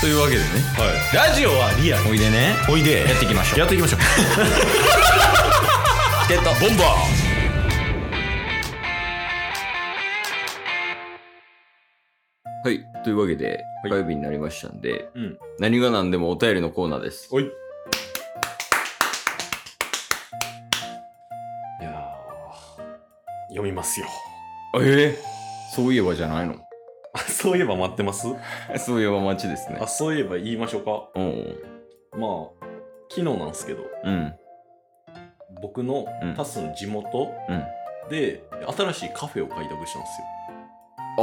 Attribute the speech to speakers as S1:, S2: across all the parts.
S1: というわけでね
S2: ラジオはリアル
S1: おいでね
S2: おいで
S1: やっていきましょう
S2: やっていきましょう
S1: チケットボンバーはい。というわけで、
S2: はい
S1: 火曜日になりましたんで、
S2: うん
S1: 何が何でもお便りのコーナーです。
S2: おいいやー読みますよ
S1: えー、そういえばじゃないの
S2: そういえば待ってます
S1: そういえば待ちですね
S2: あ。そういえば言いましょうか
S1: うん。
S2: まあ昨日なんですけど
S1: うん。
S2: 僕の
S1: うん
S2: タスの地元
S1: うん。
S2: で新しいカフェを開拓したんですよ
S1: ああ、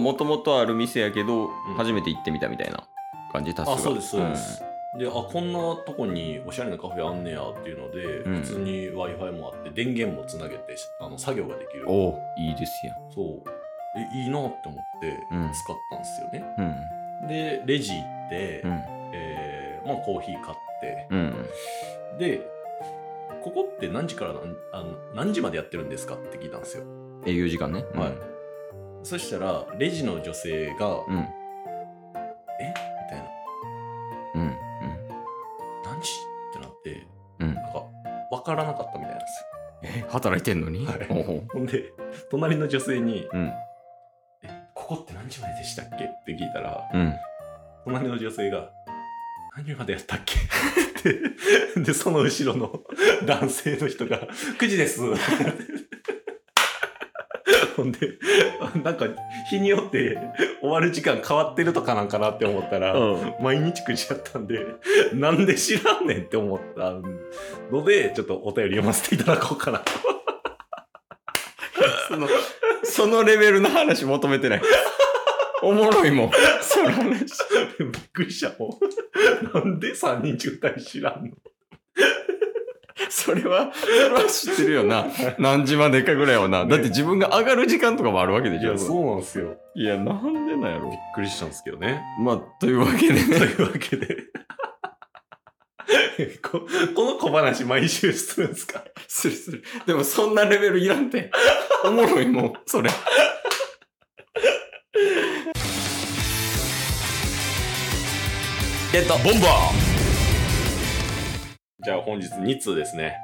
S1: もともとある店やけど、
S2: ん
S1: 初めて行ってみたみたいな感じ、タスが。
S2: あそうですそうです、であこんなとこにおしゃれなカフェあんねやっていうので、
S1: うん
S2: 普通に w i f i もあって電源もつなげてあの作業ができ
S1: う
S2: る
S1: ん。おういいですや
S2: そうえいいなって思って
S1: うん
S2: 使ったんですよね、
S1: ん。
S2: でレジ行って、
S1: うん。
S2: えーまあ、コーヒー買って
S1: うん。うん。
S2: でここって何時から何あの何時までやってるんですかって聞いたんですよ
S1: 営業時間ね。うん
S2: はいそしたらレジの女性が「
S1: うん。
S2: えみたいな
S1: うん。
S2: 「何時?」ってなって
S1: うん。うん。
S2: なんか分からなかったみたいなんですよ
S1: え働いてんのに、
S2: はい
S1: ほうほう
S2: ほんで、隣の女性に、
S1: うん。
S2: え、ここって何時まででしたっけって聞いたら、
S1: うん。
S2: 隣の女性が、何時までやったっけって。で、その後ろの男性の人が、9時です。ほんで、なんか、日によって終わる時間変わってるとかなんかなって思ったら、
S1: うん。
S2: 毎日9時やったんで、なんで知らんねんって思ったので、ちょっとお便り読ませていただこうかな。
S1: その、そのレベルの話求め てない。おもろいもん。その話。
S2: びっくりしたもん。なんで3人中隊知らんの
S1: それは、それは知ってるよな。何時までかぐらいはな。だって自分が上がる時間とかもあるわけでしょ。
S2: うなんですよ。
S1: いや、なんでなんやろ
S2: びっ。くりしたんですけどね。
S1: まあ、というわけで
S2: と
S1: ね。
S2: いうわけで。ここの小話毎週するんですか
S1: するする。でもそんなレベルいらんて。おもろいもん、それ。えっと、ボンバー
S2: じゃあ本日2通ですね。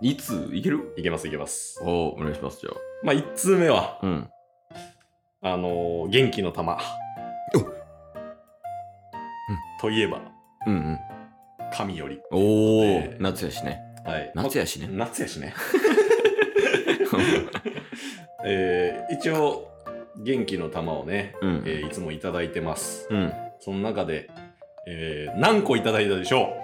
S1: いついける
S2: いけますいけます。
S1: おお願いします、じゃあ。
S2: まあ1通目は、
S1: うん。
S2: あのー元気の玉
S1: お。
S2: といえば、
S1: うんうん。
S2: 神より。
S1: おお、
S2: えー
S1: 夏やし ね。
S2: はい。
S1: 夏やしね。
S2: 夏やしね。えー一応、元気の玉をね、
S1: うん。
S2: えーいつもいただいてます。
S1: うん。
S2: その中で、えー何個いただいたでしょ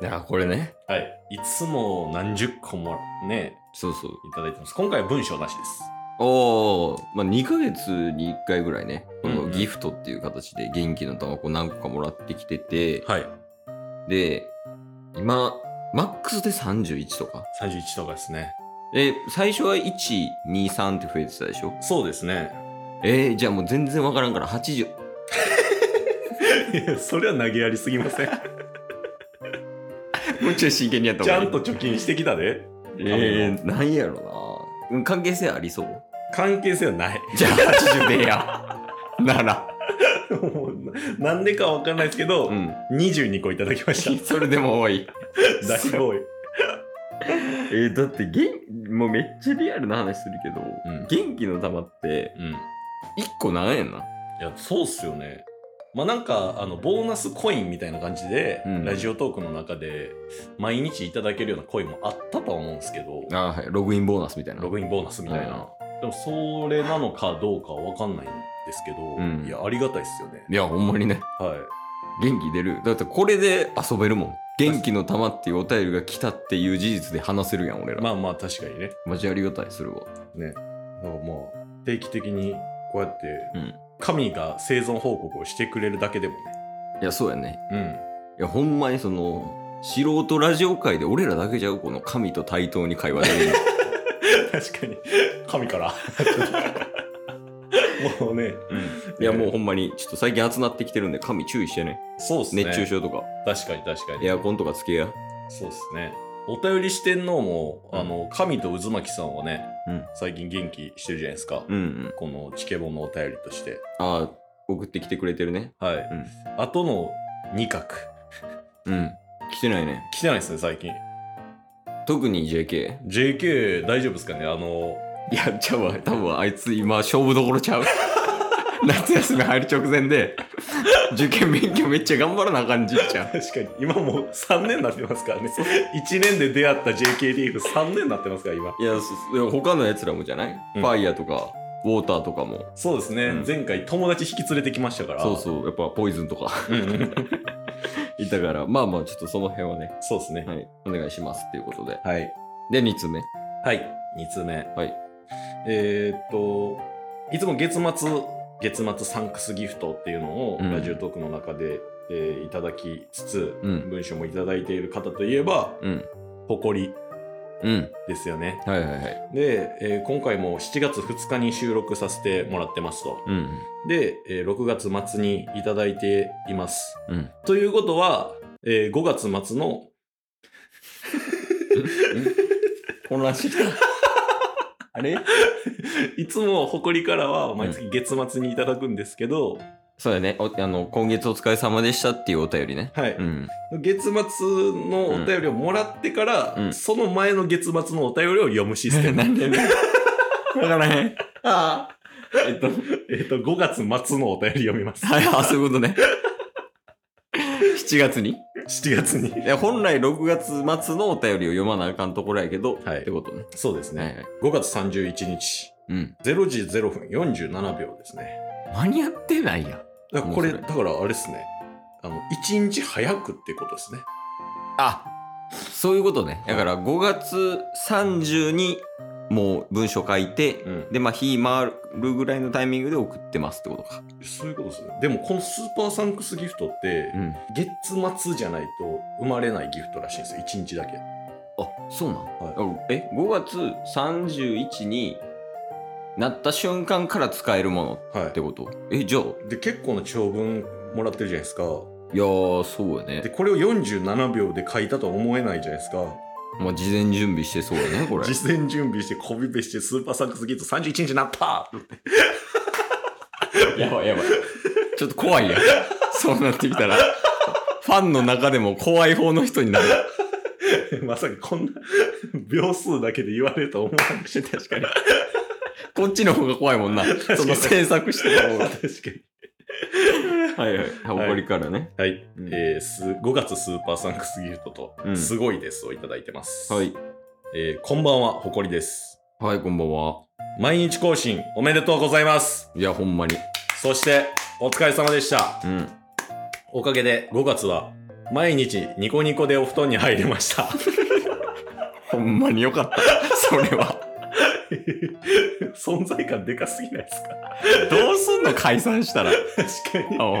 S1: いや、これね。
S2: うはい。いつも何十個もね、
S1: そうそう。
S2: いただいてます。今回は文章なしです。
S1: おお、まあ、2ヶ月に1回ぐらいね、こ
S2: うんう
S1: の
S2: ん
S1: ギフトっていう形で元気の玉を何個かもらってきてて、
S2: はい。
S1: で、今、マックスで31とか。
S2: 31とかですね。
S1: え、最初は1、2、3って増えてたでしょ
S2: そうですね。
S1: えー、じゃあもう全然わからんから80。
S2: いやそれは投げやりすぎ ません。
S1: もうちょい真剣にやった
S2: ちゃんと貯金してきたで。
S1: えー、なんやろな。うん関係性ありそう
S2: 関係性はない。
S1: じゃあ80でええや。 なら。
S2: もうななんでかわかんないですけど、
S1: うん。
S2: 22個いただきまし
S1: それでも多い。
S2: た。だいぶ多い。
S1: えーだって元もうめっちゃリアルな話するけど、
S2: うん
S1: 元気の玉って
S2: うん。
S1: 1個なんやんない
S2: や、そうっすよね。まあなんか、あの、ボーナスコインみたいな感じで、
S1: うん
S2: ラジオトークの中で、毎日いただけるようなコインもあったとは思うんですけど、
S1: あーはいログインボーナスみたいな
S2: ログインボーナスみたいな。でも、それなのかどうかはわかんないんですけど、
S1: うん
S2: いや、ありがたいっすよね。
S1: いやほんまにね
S2: はい。
S1: 元気出るだってこれで遊べるもん元気の玉っていうお便りが来たっていう事実で話せるやん俺ら、
S2: まあまあ、確かにね。
S1: マジありがたいそれは
S2: ね。だからまあ、定期的に、こうやって、
S1: うん
S2: 神が生存報告をしてくれるだけでもね。
S1: いやそうやね
S2: うん。
S1: いやほんまにその素人ラジオ界で俺らだけじゃうこの神と対等に会話できるの
S2: 確かに、神から。 もうね、
S1: いや もうほんまにちょっと最近集まってきてるんで神注意してね
S2: そうっすね。
S1: 熱中症とか
S2: 確かに確かに。
S1: エアコンとかつけや
S2: そうですね。お便りしてんのも、
S1: うん
S2: あの、神と渦巻さんはね、
S1: うん
S2: 最近元気してるじゃないですか。
S1: うんうん
S2: このチケボンのお便りとして。
S1: あ送ってきてくれてるね。
S2: はい。
S1: うん。
S2: あとの2角。
S1: うん。来てないね。
S2: 来てないですね、最近。
S1: 特に JK。
S2: JK 大丈夫ですかねあの、
S1: いや、ちゃうわ。多分あいつ今、勝負どころちゃう。 夏休み入る直前で、受験勉強めっちゃ頑張らなあかんじいちゃん。
S2: 確かに今もう3年になってますからね。1年で出会った JK リーフ3年になってますから、今。
S1: いや、そいや他のやつらもじゃない、
S2: うん
S1: ファイヤーとか、ウォーターとかも。
S2: そうですね、
S1: うん
S2: 前回友達引き連れてきましたから。
S1: そうそう、やっぱポイズンとか
S2: うんうん
S1: いたから、まあまあ、ちょっとその辺はね、
S2: そうですね。
S1: はい、お願いしますっていうことで。
S2: はい。
S1: で、2つ目。
S2: はい。2通目。
S1: はい。
S2: えーっと、いつも月末、月末サンクスギフトっていうのを
S1: うん
S2: ラジオトークの中で、えーいただきつつ、
S1: うん
S2: 文章もいただいている方といえば、
S1: うん。
S2: 誇り
S1: うん。
S2: ですよね。
S1: はいはいはい。
S2: で、えー今回も7月2日に収録させてもらってますと。
S1: うん。
S2: で、えー6月末にいただいています。
S1: うん。
S2: ということは、え5月末の、
S1: 混乱してきた。あれ
S2: いつも誇りからは毎月月末にいただくんですけど、
S1: そうだねおあの。今月お疲れ様でしたっていうお便りね。
S2: はい。
S1: うん。
S2: 月末のお便りをもらってから、
S1: うん
S2: その前の月末のお便りを読むシス テム。
S1: なんでね。わからへん。ああ。えっと、
S2: えっと、5月末のお便り読みます。
S1: はい、あ、そういうことね。7月に
S2: 7月に。
S1: いや本来6月末のお便りを読まなあかんところやけど、
S2: はい
S1: ってことね。
S2: そうです
S1: はい
S2: ね。
S1: はい。
S2: 5月31日、
S1: うん。
S2: 0時0分47秒ですね。
S1: 間に合ってないやん。
S2: だからこれ、
S1: もう
S2: だ
S1: そ
S2: からあれですね。あの、1日早くってことですね。
S1: あそういうことね。だから5月30にもう文章書いて、
S2: うん
S1: で、まあ、日回るぐらいのタイミングで送ってますってことか。
S2: そういうことですね。でも、このスーパーサンクスギフトって、
S1: ん。
S2: 月末じゃないと生まれないギフトらしいんですよ。1日だけ。
S1: あ、そうなん、
S2: は
S1: あえ、5月31になった瞬間から使えるもの
S2: は
S1: ってことえ、じゃあ、
S2: い。で、結構な長文もらってるじゃないですか。
S1: いやー、そうや
S2: で
S1: ね。
S2: これを47秒で書いたとは思えないじゃないですか
S1: まあ、事前準備してそうやね、これ。
S2: 事前準備してコピペしてスーパーサックスギフト31日になった
S1: やばいやばい。ちょっと怖いやん。 そうなってきたら。ファンの中でも怖い方の人になる。
S2: まさかこんな秒数だけで言われるとは思わなくて確かに
S1: こっちの方が怖いもんな。
S2: に
S1: その制作してた方が。
S2: 確かに
S1: はいはい。誇りからね。
S2: はい、
S1: うん
S2: えーす5月スーパーサンクスギフトと
S1: う
S2: 「
S1: ん
S2: すごいです」をいただいてます、
S1: はい。
S2: えーこんばんは誇りです
S1: はい、こんばんは。
S2: 毎日更新おめでとうございます
S1: いや、ほんまに。
S2: そしてお疲れ様でした
S1: うん。
S2: おかげで5月は毎日ニコニコでお布団に入れました
S1: ほんまによかった。 それは。
S2: 存在感でかすぎないですか
S1: どうすんの解散したら。
S2: 確かに、
S1: あはい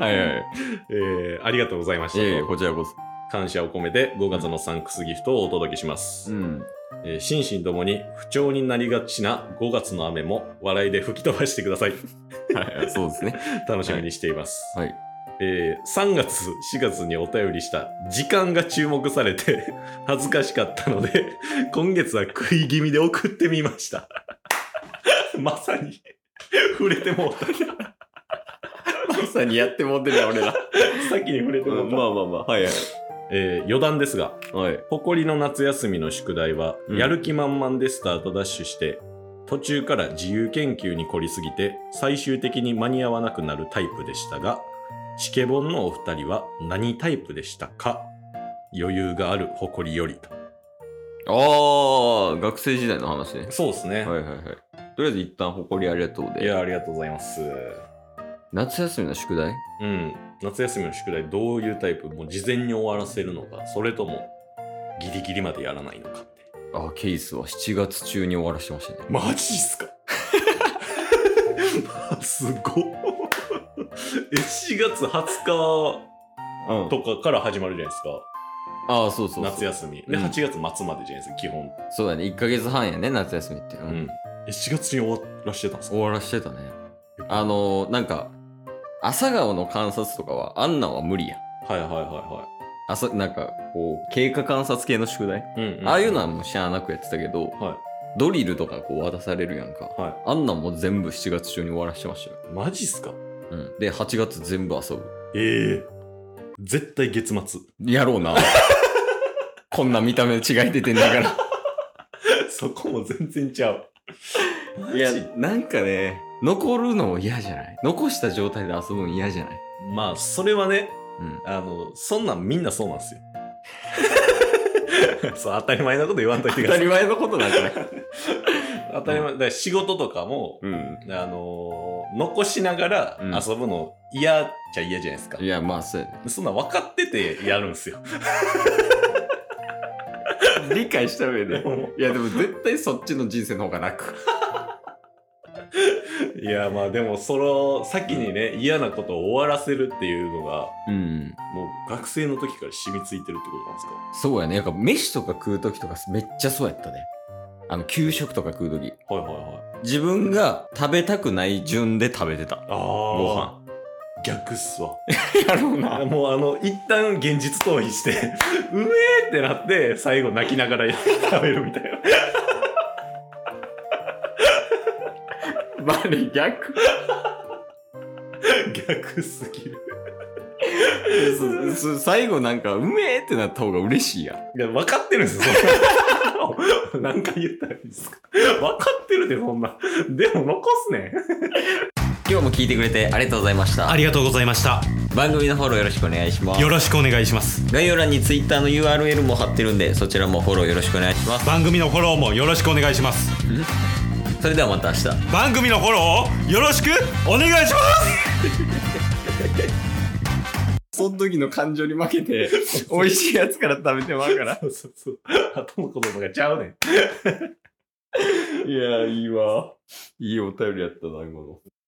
S1: はい。
S2: えーありがとうございまし
S1: い
S2: た、
S1: やいや、こちらこそ。
S2: 感謝を込めて5月のサンクスギフトをお届けします、
S1: ん。
S2: えー心身ともに不調になりがちな5月の雨も笑いで吹き飛ばしてください
S1: はいはい、そうですね。
S2: 楽しみにしています、
S1: はい。
S2: えー3月4月にお便りした時間が注目されて恥ずかしかったので今月は食い気味で送ってみました まさに触れてもうた
S1: まさにやってもってるやん、俺ら。
S2: 先に触れて
S1: まあ
S2: もうた
S1: まあまあ。はいはい。
S2: えー余談ですが、
S1: はい。
S2: 誇りの夏休みの宿題は、
S1: うん
S2: やる気満々でスタートダッシュして、途中から自由研究に凝りすぎて、最終的に間に合わなくなるタイプでしたが、シケボンのお二人は何タイプでしたか余裕がある誇りよりと。
S1: あー、学生時代の話ね。
S2: そうですね。
S1: はいはいはい。とりあえず一旦誇りありがとう
S2: い、
S1: で。
S2: や、ありがとうございます。
S1: 夏休みの宿題
S2: うん。夏休みの宿題どういうタイプもう事前に終わらせるのか、それともギリギリまでやらないのかって。
S1: あ、ケースは7月中に終わらしてましたね。
S2: マジっすかすごっえ4月20日
S1: うん。
S2: とかから始まるじゃないですか
S1: ああ、そうそうそう。
S2: 夏休み
S1: う
S2: で
S1: ん
S2: 8月末までじゃないですか基本、
S1: そうだね。1ヶ月半やね、夏休みって。う
S2: うんえ4月に終わらしてたんですか
S1: 終わらしてたね。あのー、なんか、朝顔の観察とかは、あんなんは無理やん。
S2: はいはいは
S1: 朝、なんか、こう、経過観察系の宿題、
S2: いはい、うん
S1: ああいうのはもう知らなくやってたけど、
S2: は
S1: ドリルとかこう渡されるやんか。
S2: いは
S1: あんなんも全部7月中に終わらしてましたよ。
S2: いマジっすかうん
S1: で8月全部遊ぶ
S2: ええ絶対月 末。
S1: やろうな こんな見た目違い出てんだか
S2: そこも全然ちゃう。
S1: らいやなんかね残るのも嫌じゃない残した状態で遊ぶの嫌じゃない
S2: まあ、それはね、
S1: うん
S2: あの、そんなんみんなそうなんですよ。 そう、当たり前のこと言わんといてく
S1: 当た
S2: ださい。
S1: り前のことだから
S2: 当たり前。だから仕事とかも、
S1: うん
S2: あのー残しながら
S1: うん
S2: 遊ぶの嫌っちゃ嫌じゃないですか。
S1: いやまあそうやね
S2: そんなん分かっててやるんですよ。
S1: 理解した上でいやでも絶対そっちの人生の方が楽
S2: いや、まあでも、その先にね、嫌なことを終わらせるっていうのが、
S1: うん
S2: もう学生の時から染みついてるってことなんですか
S1: そうやねなんか飯とか食う時とかめっちゃそうやったねあの給食とか食う時
S2: はいはいはい。
S1: 自分が食べたくない順で食べてた
S2: ああ。
S1: ご飯。
S2: 逆っすわ。
S1: やろう
S2: もうあの、一旦現実逃避して、 うめえってなって、最後泣きながら食べるみたいな。
S1: バリ逆
S2: 逆すぎる。
S1: そうそう最後なんかうめえってなった方が嬉しいやん
S2: いや、分かってるんですよ、そんな 何回言ったらいいんですか。分かってるで、そんな。でも残すね。
S1: 今日も聞いてくれてありがとうございました
S3: ありがとうございました。
S1: 番組のフォローよろしくお願いします
S3: よろしくお願いします。
S1: 概要欄に Twitter の URL も貼ってるんでそちらもフォローよろしくお願いします
S3: 番組のフォローもよろしくお願いします。
S1: それではまた明日
S3: 番組のフォローをよろしくお願いします
S1: その時の感情に負け て美味しいやつから食べてまうから
S2: そうそうそう。後のことがちゃうねん。
S1: いやいいわいいお便りやったな今の